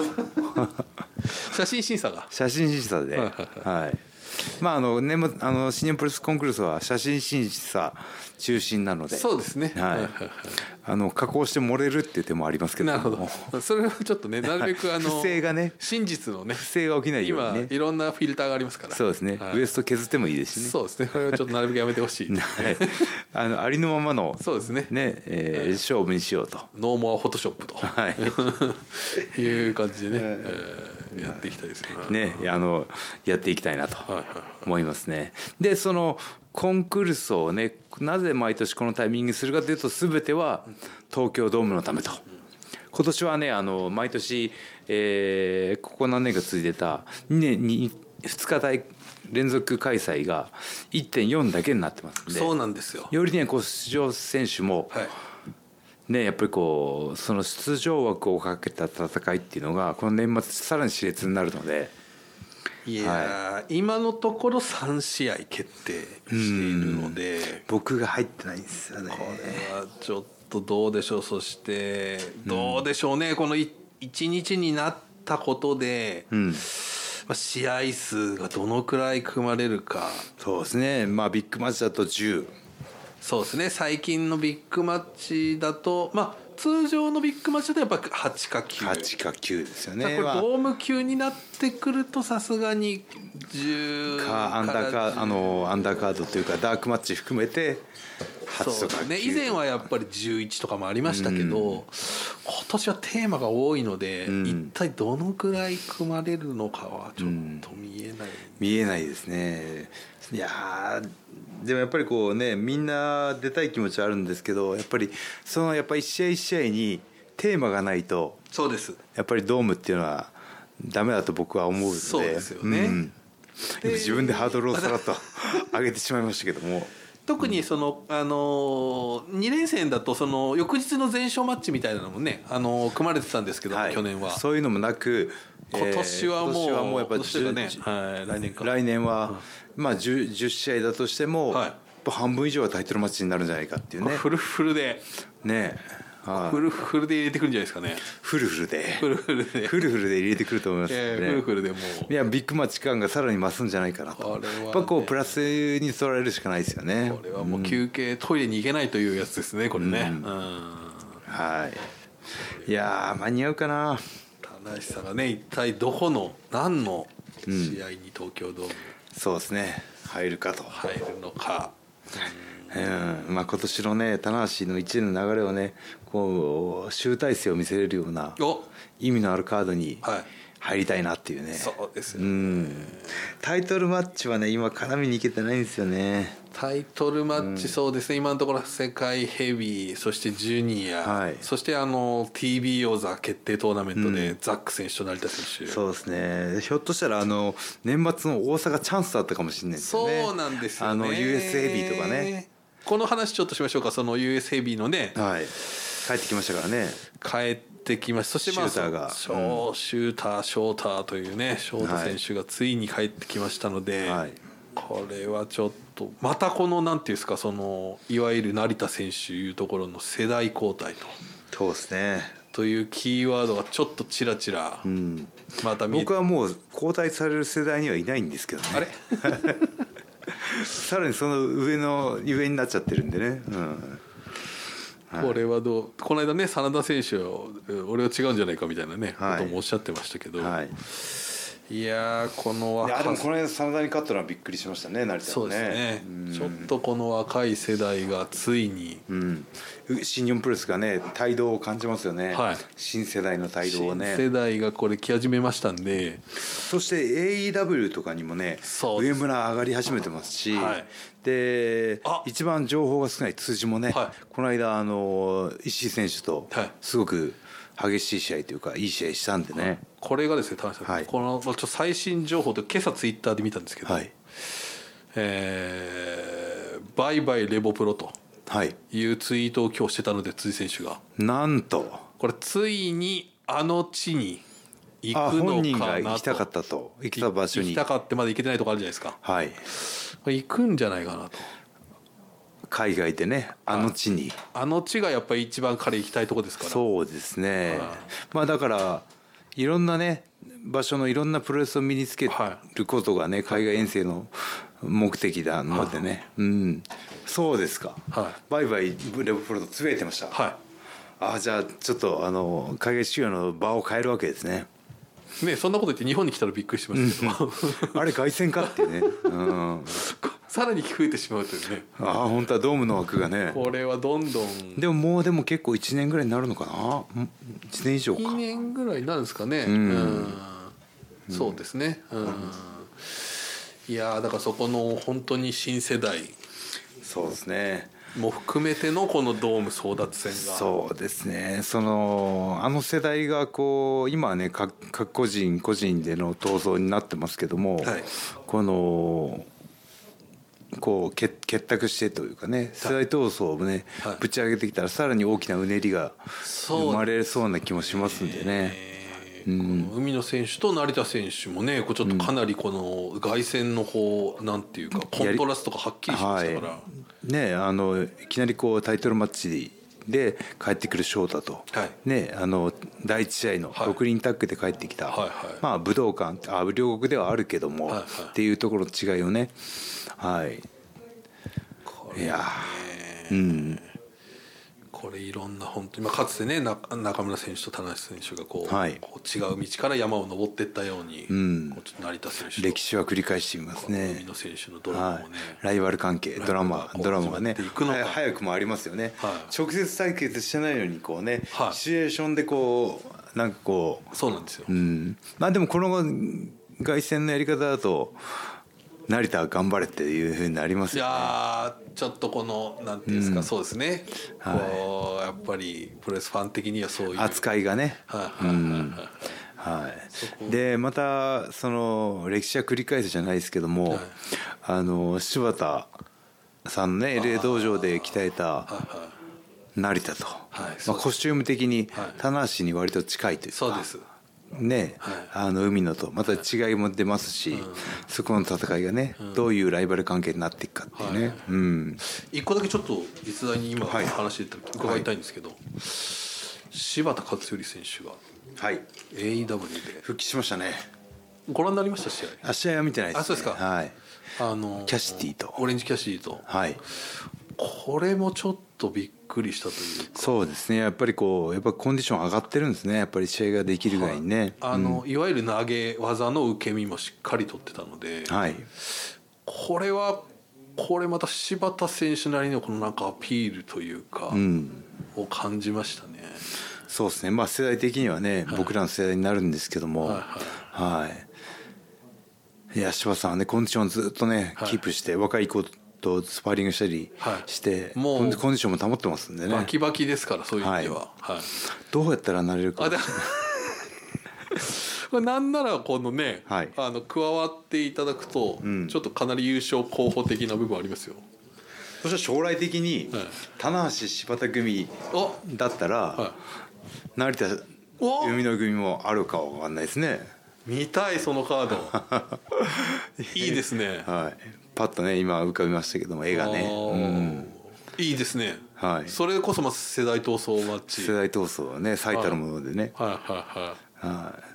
[SPEAKER 2] 写真審査が
[SPEAKER 1] 写真審査で、
[SPEAKER 2] はい
[SPEAKER 1] は
[SPEAKER 2] はい
[SPEAKER 1] いまああの年末あの新日本プロレスコンクールスは写真審査中心なので
[SPEAKER 2] そうですね
[SPEAKER 1] はいあの加工して盛れるっていう手もありますけど
[SPEAKER 2] なるほ
[SPEAKER 1] も
[SPEAKER 2] ど それはちょっとねなるべくあの
[SPEAKER 1] 不正がね
[SPEAKER 2] 真実のね
[SPEAKER 1] 不正が起きないよう
[SPEAKER 2] 今
[SPEAKER 1] にね
[SPEAKER 2] いろんなフィルターがありますから
[SPEAKER 1] そうですね、
[SPEAKER 2] はい
[SPEAKER 1] ウエスト削ってもいいですしね
[SPEAKER 2] そうですねこれはちょっとなるべくやめてほ しい
[SPEAKER 1] はいあのありのままの
[SPEAKER 2] そうですね
[SPEAKER 1] ね、えー勝負にしようと
[SPEAKER 2] ノーモアフォトショップと
[SPEAKER 1] はい
[SPEAKER 2] いう感じでね、えーやっていきたいですよね。
[SPEAKER 1] ね、あのやっていきたいなと
[SPEAKER 2] はいはいはい
[SPEAKER 1] 思いますね。でそのコンクールスをねなぜ毎年このタイミングにするかというと全ては東京ドームのためと。今年はねあの毎年、えーここ何年か続いてた2年に2日大連続開催が1.4だけになってますんで
[SPEAKER 2] そうなんですよ。
[SPEAKER 1] よりねこう出場選手も、
[SPEAKER 2] はい。
[SPEAKER 1] ね、やっぱりこうその出場枠をかけた戦いっていうのがこの年末さらに熾烈になるので。
[SPEAKER 2] いやー、今のところ三試合決定しているので、
[SPEAKER 1] 僕が入ってないんですよね
[SPEAKER 2] これはちょっとどうでしょう。そしてどうでしょうね。このい一日になったことで、
[SPEAKER 1] うん
[SPEAKER 2] まあ試合数がどのくらい組まれるか。
[SPEAKER 1] そうですねまあビッグマッチだと10
[SPEAKER 2] そうですね。最近のビッグマッチだと、まあ通常のビッグマッチだとやっぱ八か九。
[SPEAKER 1] 8か9ですよ
[SPEAKER 2] じゃあ
[SPEAKER 1] ね
[SPEAKER 2] これ
[SPEAKER 1] まあ
[SPEAKER 2] ドーム級になってくるとさすがに10
[SPEAKER 1] かアンダーカーあのアンダーカードというかダークマッチ含めて8と
[SPEAKER 2] そう
[SPEAKER 1] か
[SPEAKER 2] だ
[SPEAKER 1] 9
[SPEAKER 2] ね以前はやっぱり11とかもありましたけど、今年はテーマが多いので、
[SPEAKER 1] ん
[SPEAKER 2] 一体どのくらい組まれるのかはちょっと見えない、
[SPEAKER 1] 見えないですねいやーでもやっぱりこうねみんな出たい気持ちはあるんですけどやっぱりそのやっぱり一試合一試合にテーマがないと
[SPEAKER 2] そうです
[SPEAKER 1] やっぱりドームっていうのはダメだと僕は思うので
[SPEAKER 2] そうですよね
[SPEAKER 1] ん今自分でハードルをさらっと上げてしまいましたけども
[SPEAKER 2] 特にその、あの2連戦だとその翌日の前勝マッチみたいなのもね、あのー組まれてたんですけど、
[SPEAKER 1] はい
[SPEAKER 2] 去年は
[SPEAKER 1] そういうのもなくえー
[SPEAKER 2] 今年はもう
[SPEAKER 1] 今年はもうやっぱ
[SPEAKER 2] 今年というかね
[SPEAKER 1] じゅ
[SPEAKER 2] はい来年か
[SPEAKER 1] 来年は、まあ、10, 10試合だとしても、
[SPEAKER 2] はい
[SPEAKER 1] やっぱ半分以上はタイトルマッチになるんじゃないかっていうね
[SPEAKER 2] フルフルで
[SPEAKER 1] ねはい
[SPEAKER 2] フルフルで入れてくるんじゃないですかね
[SPEAKER 1] フルフルで
[SPEAKER 2] フルフルで
[SPEAKER 1] フルフルで入れてくると思いますん
[SPEAKER 2] え
[SPEAKER 1] で
[SPEAKER 2] ー
[SPEAKER 1] ね、
[SPEAKER 2] フルフルでもう
[SPEAKER 1] いやビッグマッチ感がさらに増すんじゃないかなと
[SPEAKER 2] これはね
[SPEAKER 1] やっぱこうプラスに取られるしかないですよね
[SPEAKER 2] これはもう休憩トイレに行けないというやつですねこれね、うん、
[SPEAKER 1] はい。いやー間に合うかな。
[SPEAKER 2] 田しさんがね一体どこの何の試合に東京ドーム
[SPEAKER 1] そうですね。入るかと。
[SPEAKER 2] 入るのか、
[SPEAKER 1] うん。まあ今年のね、棚橋の一年の流れをね、こう集大成を見せれるような
[SPEAKER 2] お
[SPEAKER 1] 意味のあるカードに
[SPEAKER 2] はい
[SPEAKER 1] 入りたいなっていうね。
[SPEAKER 2] そうです
[SPEAKER 1] う
[SPEAKER 2] ね、
[SPEAKER 1] ん。タイトルマッチはね、今絡みに行けてないんですよね。
[SPEAKER 2] タイトルマッチそうですね、今のところ世界ヘビーそしてジュニア、
[SPEAKER 1] はい
[SPEAKER 2] そしてあの TBO 座決定トーナメントで、ザック選手と成田選手
[SPEAKER 1] そうですね。ひょっとしたらあの年末の大阪チャンスだったかもしれないですよね。
[SPEAKER 2] そうなんですよね
[SPEAKER 1] あの USAB とかね。
[SPEAKER 2] この話ちょっとしましょうかその US ヘビーのね
[SPEAKER 1] はい。帰ってきましたからね。
[SPEAKER 2] 帰ってきましたそしてまあ
[SPEAKER 1] シューターが
[SPEAKER 2] ショーシューターショーターというねショート選手がついに帰ってきましたので、
[SPEAKER 1] はい
[SPEAKER 2] これはちょっとまたこのなんていうんですかそのいわゆる成田選手いうところの世代交代と
[SPEAKER 1] そうですね。
[SPEAKER 2] というキーワードがちょっとちらちら
[SPEAKER 1] うん。
[SPEAKER 2] また見え
[SPEAKER 1] 僕はもう交代される世代にはいないんですけどね
[SPEAKER 2] あれ
[SPEAKER 1] さらにその上の上になっちゃってるんでね、うん、
[SPEAKER 2] これはどうこの間ね真田選手をうん俺は違うんじゃないかみたいなね、
[SPEAKER 1] はい
[SPEAKER 2] こともおっしゃってましたけど、
[SPEAKER 1] はい
[SPEAKER 2] い、やーこの
[SPEAKER 1] いやで
[SPEAKER 2] 若
[SPEAKER 1] も
[SPEAKER 2] さ
[SPEAKER 1] この間真田に勝ったのはびっくりしましたね成田はね
[SPEAKER 2] そうですねちょっとこの若い世代がついに
[SPEAKER 1] うん、新日本プロレスがね態度を感じますよね、
[SPEAKER 2] はい
[SPEAKER 1] 新世代の態度を
[SPEAKER 2] 新
[SPEAKER 1] ね
[SPEAKER 2] 世代がこれ来始めましたんで
[SPEAKER 1] そして AEW とかにもね
[SPEAKER 2] そうで
[SPEAKER 1] 上
[SPEAKER 2] す
[SPEAKER 1] 村上がり始めてますし、
[SPEAKER 2] はい
[SPEAKER 1] で
[SPEAKER 2] あ
[SPEAKER 1] 一番情報が少ない通じもね、
[SPEAKER 2] はい
[SPEAKER 1] この間あの石井選手と
[SPEAKER 2] はい
[SPEAKER 1] すごく激しい試合というかいい試合したんでね、
[SPEAKER 2] これがですね田中さん、
[SPEAKER 1] はい
[SPEAKER 2] このちょっと最新情報で今朝ツイッターで見たんですけど、
[SPEAKER 1] はい
[SPEAKER 2] えーバイバイレボプロ」と
[SPEAKER 1] はい
[SPEAKER 2] いうツイートを今日してたので辻選手が
[SPEAKER 1] なんと
[SPEAKER 2] これついにあの地に行
[SPEAKER 1] あ
[SPEAKER 2] くのかなと
[SPEAKER 1] 本人が行きたかったと行きた場所
[SPEAKER 2] 行き
[SPEAKER 1] に
[SPEAKER 2] たかってまだ行けてないとこあるじゃないですか
[SPEAKER 1] はい
[SPEAKER 2] これ行くんじゃないかなと
[SPEAKER 1] 海外でねあの地に
[SPEAKER 2] あの地がやっぱり一番彼行きたいとこですから
[SPEAKER 1] そうですね
[SPEAKER 2] はい
[SPEAKER 1] まあだからいろんなね場所のいろんなプロレスを身につけ
[SPEAKER 2] は
[SPEAKER 1] ることがね、海外遠征の目的なのでね、うん、そうですか、
[SPEAKER 2] はい
[SPEAKER 1] バイバイレオプロとつぶやいてました、
[SPEAKER 2] は
[SPEAKER 1] あじゃあちょっとあの海外修行の場を変えるわけですね
[SPEAKER 2] いねそんなこと言って日本に来たらびっくりしましたけど
[SPEAKER 1] あれ凱旋かっていうね、うん、あ
[SPEAKER 2] さらに増えてしまうというね
[SPEAKER 1] あ本当はドームの枠がね
[SPEAKER 2] これはどんどん
[SPEAKER 1] でももうでも結構1年ぐらいになるのかな1年以上か
[SPEAKER 2] 2年ぐらいなんですかねうんそうですねうんいやーだからそこの本当に新世代
[SPEAKER 1] そうですね
[SPEAKER 2] も含めてのこのドーム争奪戦が
[SPEAKER 1] そうですねそのあの世代がこう今はねか各個人個人での闘争になってますけども、
[SPEAKER 2] はい
[SPEAKER 1] このこう結結託してというかね世代闘争をね、
[SPEAKER 2] はい
[SPEAKER 1] ぶち上げてきたらさらに大きなうねりが
[SPEAKER 2] そう
[SPEAKER 1] 生まれそうな気もしますんでね。
[SPEAKER 2] えーこの海野選手と成田選手もねこうちょっとかなりこの凱旋の方なんていうかコントラストがはっきりしま
[SPEAKER 1] は
[SPEAKER 2] したから。
[SPEAKER 1] い、ねあのいきなりこうタイトルマッチで帰ってくる翔太と、
[SPEAKER 2] はい
[SPEAKER 1] ね、あの第一試合の
[SPEAKER 2] はい
[SPEAKER 1] 六輪タッグで帰ってきた、
[SPEAKER 2] はいはい
[SPEAKER 1] まあ、武道館あ両国ではあるけども、
[SPEAKER 2] はいはい
[SPEAKER 1] っていうところの違いをね、はい、
[SPEAKER 2] こ
[SPEAKER 1] い
[SPEAKER 2] れ
[SPEAKER 1] や
[SPEAKER 2] ねこれいろんな本当に、まあ、かつてねな中村選手と田中選手がこう,、
[SPEAKER 1] はい
[SPEAKER 2] こう違う道から山を登っていったように、
[SPEAKER 1] ん
[SPEAKER 2] こうちょっと成田選手と
[SPEAKER 1] 歴史は繰り返していますね
[SPEAKER 2] 海。野選手のドラマ
[SPEAKER 1] は
[SPEAKER 2] もね、
[SPEAKER 1] い、ライバル関係ドラマ
[SPEAKER 2] こう
[SPEAKER 1] ドラマがね
[SPEAKER 2] 始まっていくのか
[SPEAKER 1] はい早くもありますよね、
[SPEAKER 2] はい
[SPEAKER 1] 直接対決してないのにこうね、
[SPEAKER 2] はい
[SPEAKER 1] シチュエーションでこうなんかこう
[SPEAKER 2] そうなんですよ、
[SPEAKER 1] うん、まあでもこの凱旋のやり方だと成田は頑張れっていうふうになりま
[SPEAKER 2] い
[SPEAKER 1] すよ
[SPEAKER 2] やーちょっとこのなんていうんですか、そうですね、
[SPEAKER 1] はい
[SPEAKER 2] こうやっぱりプロレスファン的にはそういう
[SPEAKER 1] 扱いがね。
[SPEAKER 2] はいは
[SPEAKER 1] う
[SPEAKER 2] い
[SPEAKER 1] ん
[SPEAKER 2] はいはい
[SPEAKER 1] はい、でまたその歴史は繰り返すじゃないですけども、
[SPEAKER 2] はい
[SPEAKER 1] あの柴田さんのね LA 道場で鍛えた
[SPEAKER 2] はいはい
[SPEAKER 1] 成田と、
[SPEAKER 2] はいそうです
[SPEAKER 1] まあ、コスチューム的に
[SPEAKER 2] はい
[SPEAKER 1] 棚橋に割と近いというか
[SPEAKER 2] そうです
[SPEAKER 1] ね、
[SPEAKER 2] はい
[SPEAKER 1] あの海野とまた違いも出ますし、そこの戦いがね、どういうライバル関係になっていくかっていうね、
[SPEAKER 2] はい
[SPEAKER 1] うん、
[SPEAKER 2] 一個だけちょっと実際に今
[SPEAKER 1] はい
[SPEAKER 2] 話してた伺いたいんですけど、柴田勝頼選手が
[SPEAKER 1] はい
[SPEAKER 2] AEW で
[SPEAKER 1] 復帰しましたね
[SPEAKER 2] ご覧になりました試合
[SPEAKER 1] あ試合は見てないです、ね、
[SPEAKER 2] あそうですか
[SPEAKER 1] はい
[SPEAKER 2] あの
[SPEAKER 1] キャシティと
[SPEAKER 2] オレンジキャシティと
[SPEAKER 1] はい
[SPEAKER 2] これもちょっとびっくりしたというか
[SPEAKER 1] そうですねやっぱりこうやっぱコンディション上がってるんですねやっぱり試合ができるぐらいにね
[SPEAKER 2] あの、いわゆる投げ技の受け身もしっかり取ってたので、
[SPEAKER 1] はい
[SPEAKER 2] これはこれまた柴田選手なりのこのなんかアピールというか、を感じましたね。
[SPEAKER 1] そうですねまあ世代的にはね、僕らの世代になるんですけども
[SPEAKER 2] はい
[SPEAKER 1] はい、い、や柴田さんはねコンディションずっとね、
[SPEAKER 2] はい
[SPEAKER 1] キープして若い子とスパーリングしたり
[SPEAKER 2] はい
[SPEAKER 1] して、
[SPEAKER 2] もう
[SPEAKER 1] コンディコンディションも保ってますんでね
[SPEAKER 2] バキバキですからそういう意味では。はい
[SPEAKER 1] どうやったらなれるか
[SPEAKER 2] あでこれ なんならこのね、
[SPEAKER 1] はい
[SPEAKER 2] あの加わっていただくと、
[SPEAKER 1] ん
[SPEAKER 2] ちょっとかなり優勝候補的な部分ありますよ。
[SPEAKER 1] そしたら将来的に、
[SPEAKER 2] はい
[SPEAKER 1] 棚橋柴田組
[SPEAKER 2] あ
[SPEAKER 1] だったら、
[SPEAKER 2] は
[SPEAKER 1] 成田
[SPEAKER 2] お
[SPEAKER 1] 海の組もあるかわかんないですね
[SPEAKER 2] 見たいそのカード いいですね。
[SPEAKER 1] はいパッとね今浮かびましたけども絵がね、うん
[SPEAKER 2] あーいいですね、
[SPEAKER 1] はい
[SPEAKER 2] それこそまあ世代闘争マッチ
[SPEAKER 1] 世代闘争はね最たるものでね、
[SPEAKER 2] はいはいはい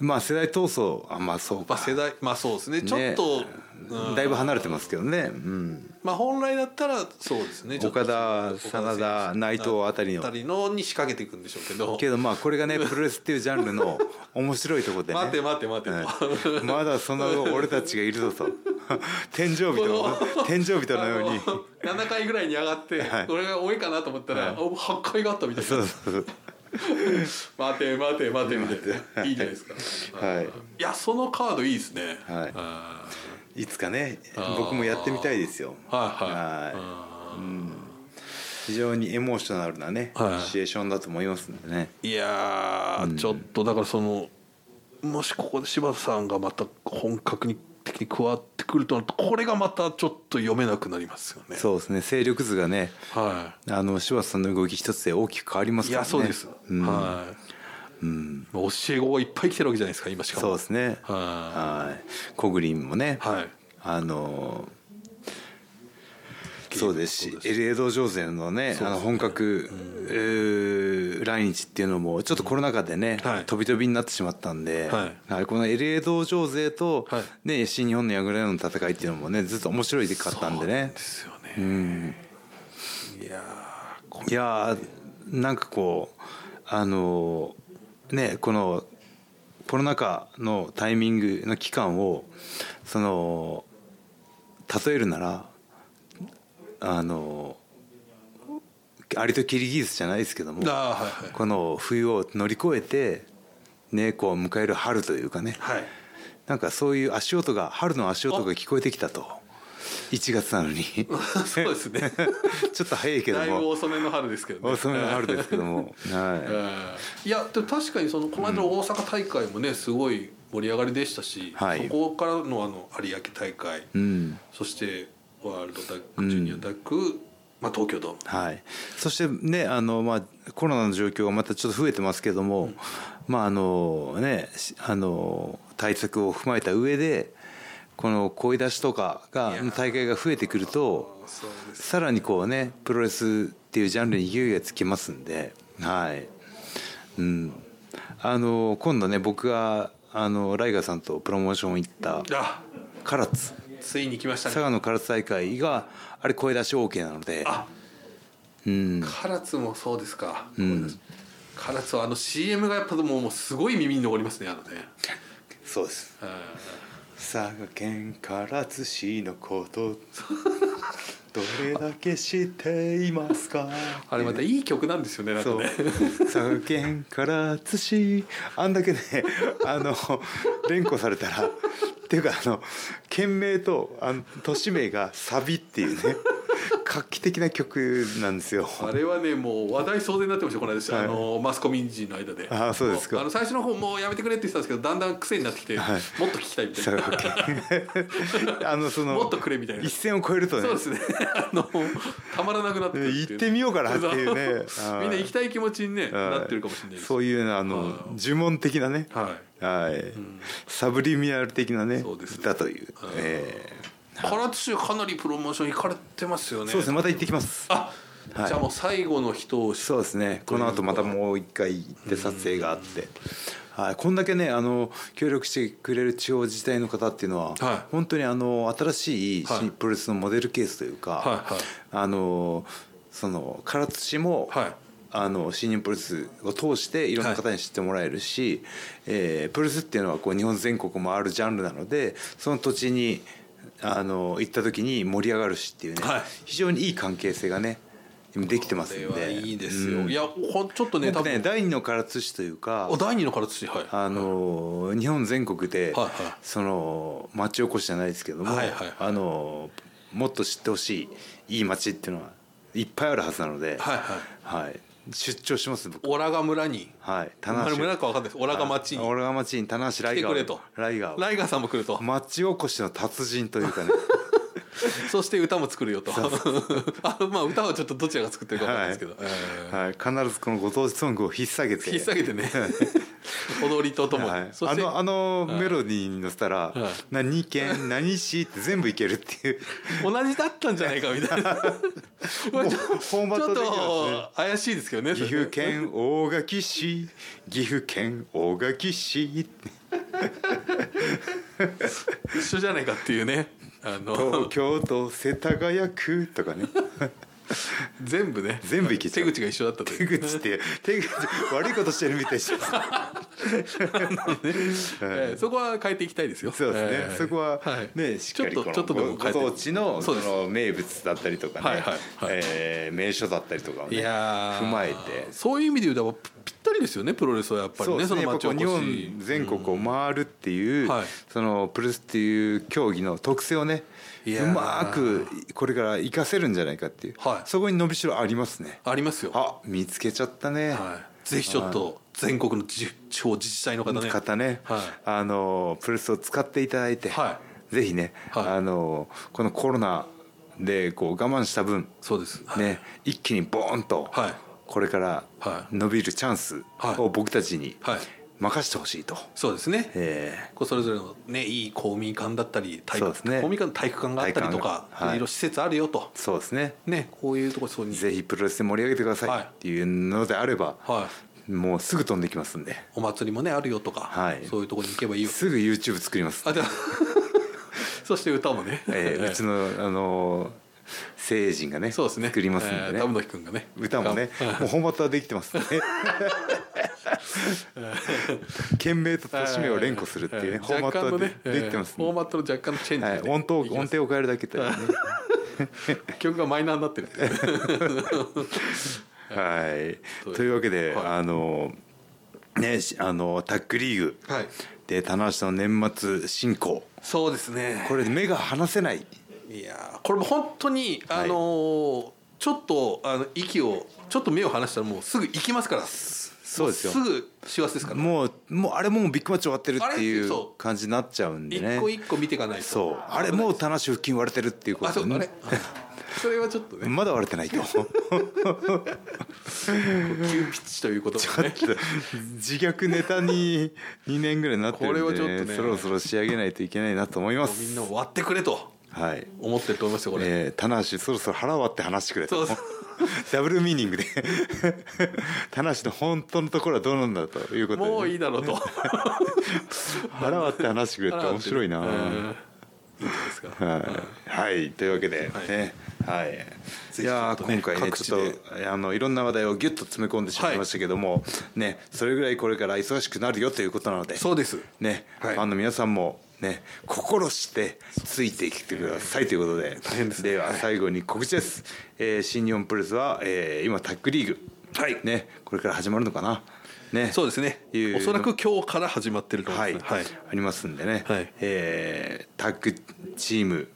[SPEAKER 1] まあ世代闘争あまあそう
[SPEAKER 2] ま
[SPEAKER 1] か
[SPEAKER 2] あ、世代まあそうですねちょっと、うん
[SPEAKER 1] だいぶ離れてますけどね、うん、
[SPEAKER 2] まあ本来だったらそうですねちょっと
[SPEAKER 1] 岡田真田内藤あたりの
[SPEAKER 2] あたりのに仕掛けていくんでしょうけど
[SPEAKER 1] けどまあこれがねプロレスっていうジャンル の面白いところでね
[SPEAKER 2] 待て待て待てと、
[SPEAKER 1] うんまだその俺たちがいるぞと 天井人の天井人のように
[SPEAKER 2] あの7階 ぐらいに上がって、
[SPEAKER 1] はい
[SPEAKER 2] 俺が多いかなと思ったら、お8階があったみたいな
[SPEAKER 1] そうそうそう
[SPEAKER 2] 待て待て待てみたいないいじゃないですか、
[SPEAKER 1] はい
[SPEAKER 2] いやそのカードいいですね
[SPEAKER 1] はい
[SPEAKER 2] あー
[SPEAKER 1] いつかね
[SPEAKER 2] あー
[SPEAKER 1] 僕もやってみたいですよ
[SPEAKER 2] はいはい
[SPEAKER 1] はい
[SPEAKER 2] うん
[SPEAKER 1] 非常にエモーショナルなね、
[SPEAKER 2] はい
[SPEAKER 1] シチュエーションだと思いますんでね
[SPEAKER 2] いやーちょっとだからそのもしここで柴田さんがまた本格的に加わってくるとなるとこれがまたちょっと読めなくなりますよね。
[SPEAKER 1] そうですね勢力図がね
[SPEAKER 2] は
[SPEAKER 1] あの柴田さんの動き一つで大きく変わりま
[SPEAKER 2] い、
[SPEAKER 1] す
[SPEAKER 2] い
[SPEAKER 1] から
[SPEAKER 2] や
[SPEAKER 1] ね
[SPEAKER 2] そうです、
[SPEAKER 1] うん
[SPEAKER 2] はい、まあ教え子がいっぱい来てるわけじゃないですか今しかも
[SPEAKER 1] そうですね
[SPEAKER 2] は
[SPEAKER 1] はいコグリンもね、
[SPEAKER 2] い、はい、
[SPEAKER 1] あのー
[SPEAKER 2] チーム
[SPEAKER 1] そうですし
[SPEAKER 2] そうです
[SPEAKER 1] LA 道場勢のね
[SPEAKER 2] そうですね
[SPEAKER 1] あの本格、えー来日っていうのもちょっとコロナ禍でね、
[SPEAKER 2] はい
[SPEAKER 1] 飛び飛びになってしまったんで、
[SPEAKER 2] はい
[SPEAKER 1] この LA 道場勢と、
[SPEAKER 2] はい
[SPEAKER 1] ね、新日本の櫓の戦いっていうのもねずっと面白いで勝ったんでね
[SPEAKER 2] ですよね、いやーこ
[SPEAKER 1] いやーなんかこうあのーねこのコロナ禍のタイミングの期間をその例えるならあのーアリとキリギリスじゃないですけども
[SPEAKER 2] ああはいはい
[SPEAKER 1] この冬を乗り越えてねこう迎える春というかね
[SPEAKER 2] はい
[SPEAKER 1] なんかそういう足音が春の足音が聞こえてきたと1月なのに
[SPEAKER 2] そうですね
[SPEAKER 1] ちょっと早いけど
[SPEAKER 2] だいぶ
[SPEAKER 1] も
[SPEAKER 2] 遅めの春ですけどね
[SPEAKER 1] 遅めの春ですけど もはい
[SPEAKER 2] いやでも確かにそのこの間の大阪大会もねすごい盛り上がりでしたし、
[SPEAKER 1] はい
[SPEAKER 2] そこからのあの有明大会、
[SPEAKER 1] うん
[SPEAKER 2] そしてワールドタッグジュニアタッグ、まあ、東京ドーム
[SPEAKER 1] はい、そしてねあの、まあ、コロナの状況がまたちょっと増えてますけども、まああのね、しあの対策を踏まえた上でこの声出しとかが
[SPEAKER 2] いやー
[SPEAKER 1] の大会が増えてくると
[SPEAKER 2] そうです
[SPEAKER 1] さらにこうねプロレスっていうジャンルに勢いがつきますんで、はいうん、あの今度ね僕があのライガーさんとプロモーション行った
[SPEAKER 2] あ
[SPEAKER 1] 唐津
[SPEAKER 2] ついに来ました
[SPEAKER 1] 佐
[SPEAKER 2] ね
[SPEAKER 1] 賀の唐津大会があれ声出し OK なので。
[SPEAKER 2] あ
[SPEAKER 1] うん
[SPEAKER 2] 唐津もそうですか、
[SPEAKER 1] ん
[SPEAKER 2] 唐津はあの CM がやっぱもうもうすごい耳に残りますねあのね
[SPEAKER 1] そうです
[SPEAKER 2] うん
[SPEAKER 1] 佐賀県唐津市のこと どれだけ知っていますか
[SPEAKER 2] あれまたいい曲なんですよねなんか
[SPEAKER 1] そう
[SPEAKER 2] ね
[SPEAKER 1] 佐賀県唐津市あんだ けねあの連呼されたらっていうかあの県名とあの都市名がサビっていうね画期的な曲なんですよ
[SPEAKER 2] あれはねもう話題騒然になってましたよこの間です、
[SPEAKER 1] はい
[SPEAKER 2] あのマスコミ人の間で
[SPEAKER 1] あーそうですか
[SPEAKER 2] もあの最初の方もうやめてくれって言ってたんですけどだんだん癖になってきて、
[SPEAKER 1] はい
[SPEAKER 2] もっと聞きたいみたい
[SPEAKER 1] 佐
[SPEAKER 2] な
[SPEAKER 1] 賀県 あのその
[SPEAKER 2] もっとくれみたいな
[SPEAKER 1] 一線を超えるとね
[SPEAKER 2] そうですねあのたまらなくなってくる
[SPEAKER 1] 行ってみようかなっていうね
[SPEAKER 2] そうみんな行きたい気持ちに、ね、なってるかもしれないです
[SPEAKER 1] そういうねあの
[SPEAKER 2] は
[SPEAKER 1] 呪文的なね
[SPEAKER 2] はい
[SPEAKER 1] はい、サブリミナル的なね
[SPEAKER 2] そうです
[SPEAKER 1] だという、
[SPEAKER 2] ん
[SPEAKER 1] え
[SPEAKER 2] 唐津市はかなりプロモーション行かれてますよ
[SPEAKER 1] ー
[SPEAKER 2] ね
[SPEAKER 1] そうですねまた行ってきます
[SPEAKER 2] あ、
[SPEAKER 1] はい
[SPEAKER 2] じゃあもう最後の人を
[SPEAKER 1] そうですねこの後またもう一回行って撮影があって、はい、こんだけねあの協力してくれる地方自治体の方っていうのは、
[SPEAKER 2] はい
[SPEAKER 1] 本当にあの新しい
[SPEAKER 2] はい
[SPEAKER 1] 新プロレスのモデルケースというか、
[SPEAKER 2] はいはい
[SPEAKER 1] あのその唐津市も、
[SPEAKER 2] はい
[SPEAKER 1] あの新日本プロレスを通していろんな方に知ってもらえるし、えープロレスっていうのはこう日本全国もあるジャンルなのでその土地にあの行った時に盛り上がるしっていうね、
[SPEAKER 2] はい
[SPEAKER 1] 非常にいい関係性がね今できてますんで
[SPEAKER 2] これはいいです
[SPEAKER 1] う
[SPEAKER 2] よ、
[SPEAKER 1] ん
[SPEAKER 2] いやほんちょっとね
[SPEAKER 1] やっぱ
[SPEAKER 2] 多分
[SPEAKER 1] ね第二の唐津市というか
[SPEAKER 2] お第二の唐津市はい
[SPEAKER 1] あの日本全国で、
[SPEAKER 2] はいはい
[SPEAKER 1] その町おこしじゃないですけども、
[SPEAKER 2] はいはいはい
[SPEAKER 1] あのもっと知ってほしいいい町っていうのはいっぱいあるはずなので、
[SPEAKER 2] はいはい
[SPEAKER 1] はい出張します僕
[SPEAKER 2] オラガ村に
[SPEAKER 1] はい
[SPEAKER 2] 村
[SPEAKER 1] 棚橋
[SPEAKER 2] 村かわかんないですオラガ町に
[SPEAKER 1] オラガ町に棚橋ライガーを
[SPEAKER 2] 来てくれと
[SPEAKER 1] ライガーを
[SPEAKER 2] ライガーさんも来ると
[SPEAKER 1] 町おこしの達人という かね
[SPEAKER 2] そして歌も作るよとあの まあ歌はちょっとどちらが作ってるかわかんないですけど、え
[SPEAKER 1] はい必ずこのご当地ソングを引っ提げて
[SPEAKER 2] ー引っ提げて ね踊りとともに、
[SPEAKER 1] はい、
[SPEAKER 2] そ
[SPEAKER 1] あ
[SPEAKER 2] して
[SPEAKER 1] のあのメロディーに乗せたら
[SPEAKER 2] い
[SPEAKER 1] 「何県何市」って全部いけるっていう
[SPEAKER 2] 同じだったんじゃないかみ たいなこれちょ
[SPEAKER 1] フォーマッ
[SPEAKER 2] ちょ
[SPEAKER 1] ト的
[SPEAKER 2] っ
[SPEAKER 1] にはですね
[SPEAKER 2] と怪しいですけどねそ
[SPEAKER 1] 岐
[SPEAKER 2] れ
[SPEAKER 1] 阜県大垣市岐阜県大垣市
[SPEAKER 2] 一緒じゃないかっていうねあ
[SPEAKER 1] 東
[SPEAKER 2] の
[SPEAKER 1] 京都世田谷区と かね
[SPEAKER 2] 全部ね
[SPEAKER 1] 全部いけちゃ
[SPEAKER 2] 手
[SPEAKER 1] う
[SPEAKER 2] 口が一緒だったとい
[SPEAKER 1] 手
[SPEAKER 2] う
[SPEAKER 1] 口って手口悪いことしてるみたいし ます
[SPEAKER 2] えーそこは変えていきたいですよ
[SPEAKER 1] そうですね、
[SPEAKER 2] えー
[SPEAKER 1] そこは
[SPEAKER 2] はい
[SPEAKER 1] ね、しっかり
[SPEAKER 2] ちょ
[SPEAKER 1] この
[SPEAKER 2] っとちょっとでも
[SPEAKER 1] ご当地の
[SPEAKER 2] そ
[SPEAKER 1] そう
[SPEAKER 2] です
[SPEAKER 1] の名物だったりとかね、
[SPEAKER 2] はいはいはい
[SPEAKER 1] えー名所だったりとかを、ね、
[SPEAKER 2] いやー
[SPEAKER 1] 踏まえて。
[SPEAKER 2] そういう意味で言うとぴったりですよねプロレスはやっぱり
[SPEAKER 1] そ
[SPEAKER 2] ね
[SPEAKER 1] う
[SPEAKER 2] そ
[SPEAKER 1] ですね
[SPEAKER 2] の
[SPEAKER 1] やっ
[SPEAKER 2] 町
[SPEAKER 1] ぱこ
[SPEAKER 2] お
[SPEAKER 1] う
[SPEAKER 2] こ
[SPEAKER 1] 日
[SPEAKER 2] し
[SPEAKER 1] 本全国を回るっていう、
[SPEAKER 2] はい
[SPEAKER 1] そのプロレスっていう競技の特性をね
[SPEAKER 2] いやー
[SPEAKER 1] うまくこれから活かせるんじゃないかっていう、
[SPEAKER 2] はい
[SPEAKER 1] そこに伸びしろありますね
[SPEAKER 2] ありますよ、は
[SPEAKER 1] あ見つけちゃったね、
[SPEAKER 2] い、ぜひちょっと全国の自地方自治体の方ね
[SPEAKER 1] 方ね、
[SPEAKER 2] はい
[SPEAKER 1] あのプレスを使っていただいて、
[SPEAKER 2] は
[SPEAKER 1] ぜひね、
[SPEAKER 2] はい
[SPEAKER 1] あのこのコロナでこう我慢した分、
[SPEAKER 2] そうです、はい
[SPEAKER 1] ね、一気にボーンと、
[SPEAKER 2] はい
[SPEAKER 1] これから
[SPEAKER 2] はい
[SPEAKER 1] 伸びるチャンス
[SPEAKER 2] はい
[SPEAKER 1] を僕たちに、
[SPEAKER 2] はい
[SPEAKER 1] 任せてほしいと。
[SPEAKER 2] そうですね
[SPEAKER 1] え
[SPEAKER 2] こうそれぞれの、ね、いい公民館だったり体
[SPEAKER 1] そうです
[SPEAKER 2] 育、
[SPEAKER 1] ね
[SPEAKER 2] 公民館の体育館があったり
[SPEAKER 1] 体
[SPEAKER 2] とか
[SPEAKER 1] 育館がはい
[SPEAKER 2] いろいろ施設あるよと、
[SPEAKER 1] ーそうですね。
[SPEAKER 2] ね、こういうとこそうに
[SPEAKER 1] ぜひプロレスで盛り上げてくださ
[SPEAKER 2] はいい
[SPEAKER 1] っていうのであれば、
[SPEAKER 2] は
[SPEAKER 1] もうすぐ飛んできますんで
[SPEAKER 2] い、お祭りもねあるよとか、
[SPEAKER 1] はい
[SPEAKER 2] そういうとこに行けばいいよ
[SPEAKER 1] すぐ YouTube 作ります。
[SPEAKER 2] あで そして歌もね、
[SPEAKER 1] えーうちのあの成人がね
[SPEAKER 2] そうですね
[SPEAKER 1] 作りますんでね、
[SPEAKER 2] えー田村君がね
[SPEAKER 1] 歌もね
[SPEAKER 2] はい
[SPEAKER 1] もう本バッターできて ますね懸命と年目を連呼するっていうね
[SPEAKER 2] は
[SPEAKER 1] フォーマッ
[SPEAKER 2] 若干
[SPEAKER 1] トは
[SPEAKER 2] の
[SPEAKER 1] で
[SPEAKER 2] ねえー
[SPEAKER 1] できてます
[SPEAKER 2] フォー
[SPEAKER 1] ね
[SPEAKER 2] マットの若干のチェンジ、ね
[SPEAKER 1] はい音頭
[SPEAKER 2] いきま
[SPEAKER 1] 音
[SPEAKER 2] す
[SPEAKER 1] 程を変えるだけというね
[SPEAKER 2] 曲がマイナーになってるっ ていうね
[SPEAKER 1] はいというわけで
[SPEAKER 2] はい
[SPEAKER 1] あのねしあのタッグリーグ
[SPEAKER 2] はい
[SPEAKER 1] で棚橋の年末進行
[SPEAKER 2] そうですね
[SPEAKER 1] これ目が離せない
[SPEAKER 2] いやーこれも本当にあのーちょっとあの息をちょっと目を離したらもうすぐ行きますから
[SPEAKER 1] そうですよ
[SPEAKER 2] もぐ幸せですから
[SPEAKER 1] もうもうあれもうビッグマッチ終わってるってい
[SPEAKER 2] あれ
[SPEAKER 1] う
[SPEAKER 2] そう
[SPEAKER 1] 感じになっちゃうんで
[SPEAKER 2] 一
[SPEAKER 1] ね
[SPEAKER 2] 個一個見ていかないと
[SPEAKER 1] そうあれもう田無腹筋割れてるっていうこ
[SPEAKER 2] あそ
[SPEAKER 1] と
[SPEAKER 2] うあれ
[SPEAKER 1] ね
[SPEAKER 2] それはちょっとね
[SPEAKER 1] まだ割れてない と
[SPEAKER 2] 急ピッチということでね
[SPEAKER 1] 自虐ネタに2年ぐらいになってるんで、ね、
[SPEAKER 2] これはちょっとね
[SPEAKER 1] そろそろ仕上げないといけないなと思いま
[SPEAKER 2] みん
[SPEAKER 1] す
[SPEAKER 2] な終わってくれと
[SPEAKER 1] はい
[SPEAKER 2] 思ってると思いますよこれ、
[SPEAKER 1] えー、田無そろそろ腹割って話してくれ
[SPEAKER 2] そ
[SPEAKER 1] と
[SPEAKER 2] うそう
[SPEAKER 1] ダブルミーニングで 田無の本当のところはどうなんだということでね、
[SPEAKER 2] もういいだろうと
[SPEAKER 1] 腹割って話してくれって面白いな、
[SPEAKER 2] うんいいんじゃないですか
[SPEAKER 1] はい、はい、というわけで
[SPEAKER 2] はい
[SPEAKER 1] ね、はい、い、
[SPEAKER 2] ぜひ
[SPEAKER 1] やー
[SPEAKER 2] ちょっとね
[SPEAKER 1] 今回ね
[SPEAKER 2] 各地
[SPEAKER 1] ちょっとあのいろんな話題をギュッと詰め込んでしまいましたけども、ねそれぐらいこれから忙しくなるよということなので
[SPEAKER 2] そうです
[SPEAKER 1] ね、
[SPEAKER 2] はい
[SPEAKER 1] ファンの皆さんもね心してついてきてくださいということで
[SPEAKER 2] 大変ですね
[SPEAKER 1] では最後に告知です、えー新日本プロレスは、えー今タッグリーグ
[SPEAKER 2] はい
[SPEAKER 1] ねこれから始まるのかなね
[SPEAKER 2] そうですね
[SPEAKER 1] いう
[SPEAKER 2] おそらく今日から始まってると思
[SPEAKER 1] はいい、
[SPEAKER 2] ます、は
[SPEAKER 1] あ
[SPEAKER 2] い
[SPEAKER 1] りますんでね、
[SPEAKER 2] はい
[SPEAKER 1] えータッグチーム、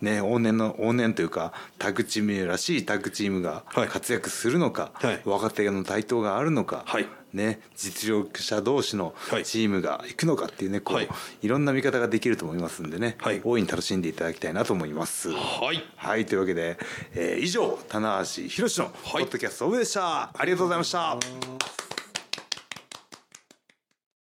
[SPEAKER 1] ね、往年の往年というかタッグチームらしいタッグチームが
[SPEAKER 2] はい
[SPEAKER 1] 活躍するのか、
[SPEAKER 2] はい
[SPEAKER 1] 若手の台頭があるのか、
[SPEAKER 2] はい
[SPEAKER 1] ね、実力者同士の
[SPEAKER 2] はい
[SPEAKER 1] チームがいくのかっていうねこう、
[SPEAKER 2] はいい、
[SPEAKER 1] ろんな見方ができると思いますんでね、
[SPEAKER 2] はい
[SPEAKER 1] 大いに楽しんでいただきたいなと思います。
[SPEAKER 2] はい
[SPEAKER 1] はいというわけで、えー以上棚橋宏のポッドキャストオブでした、ありがとうございました。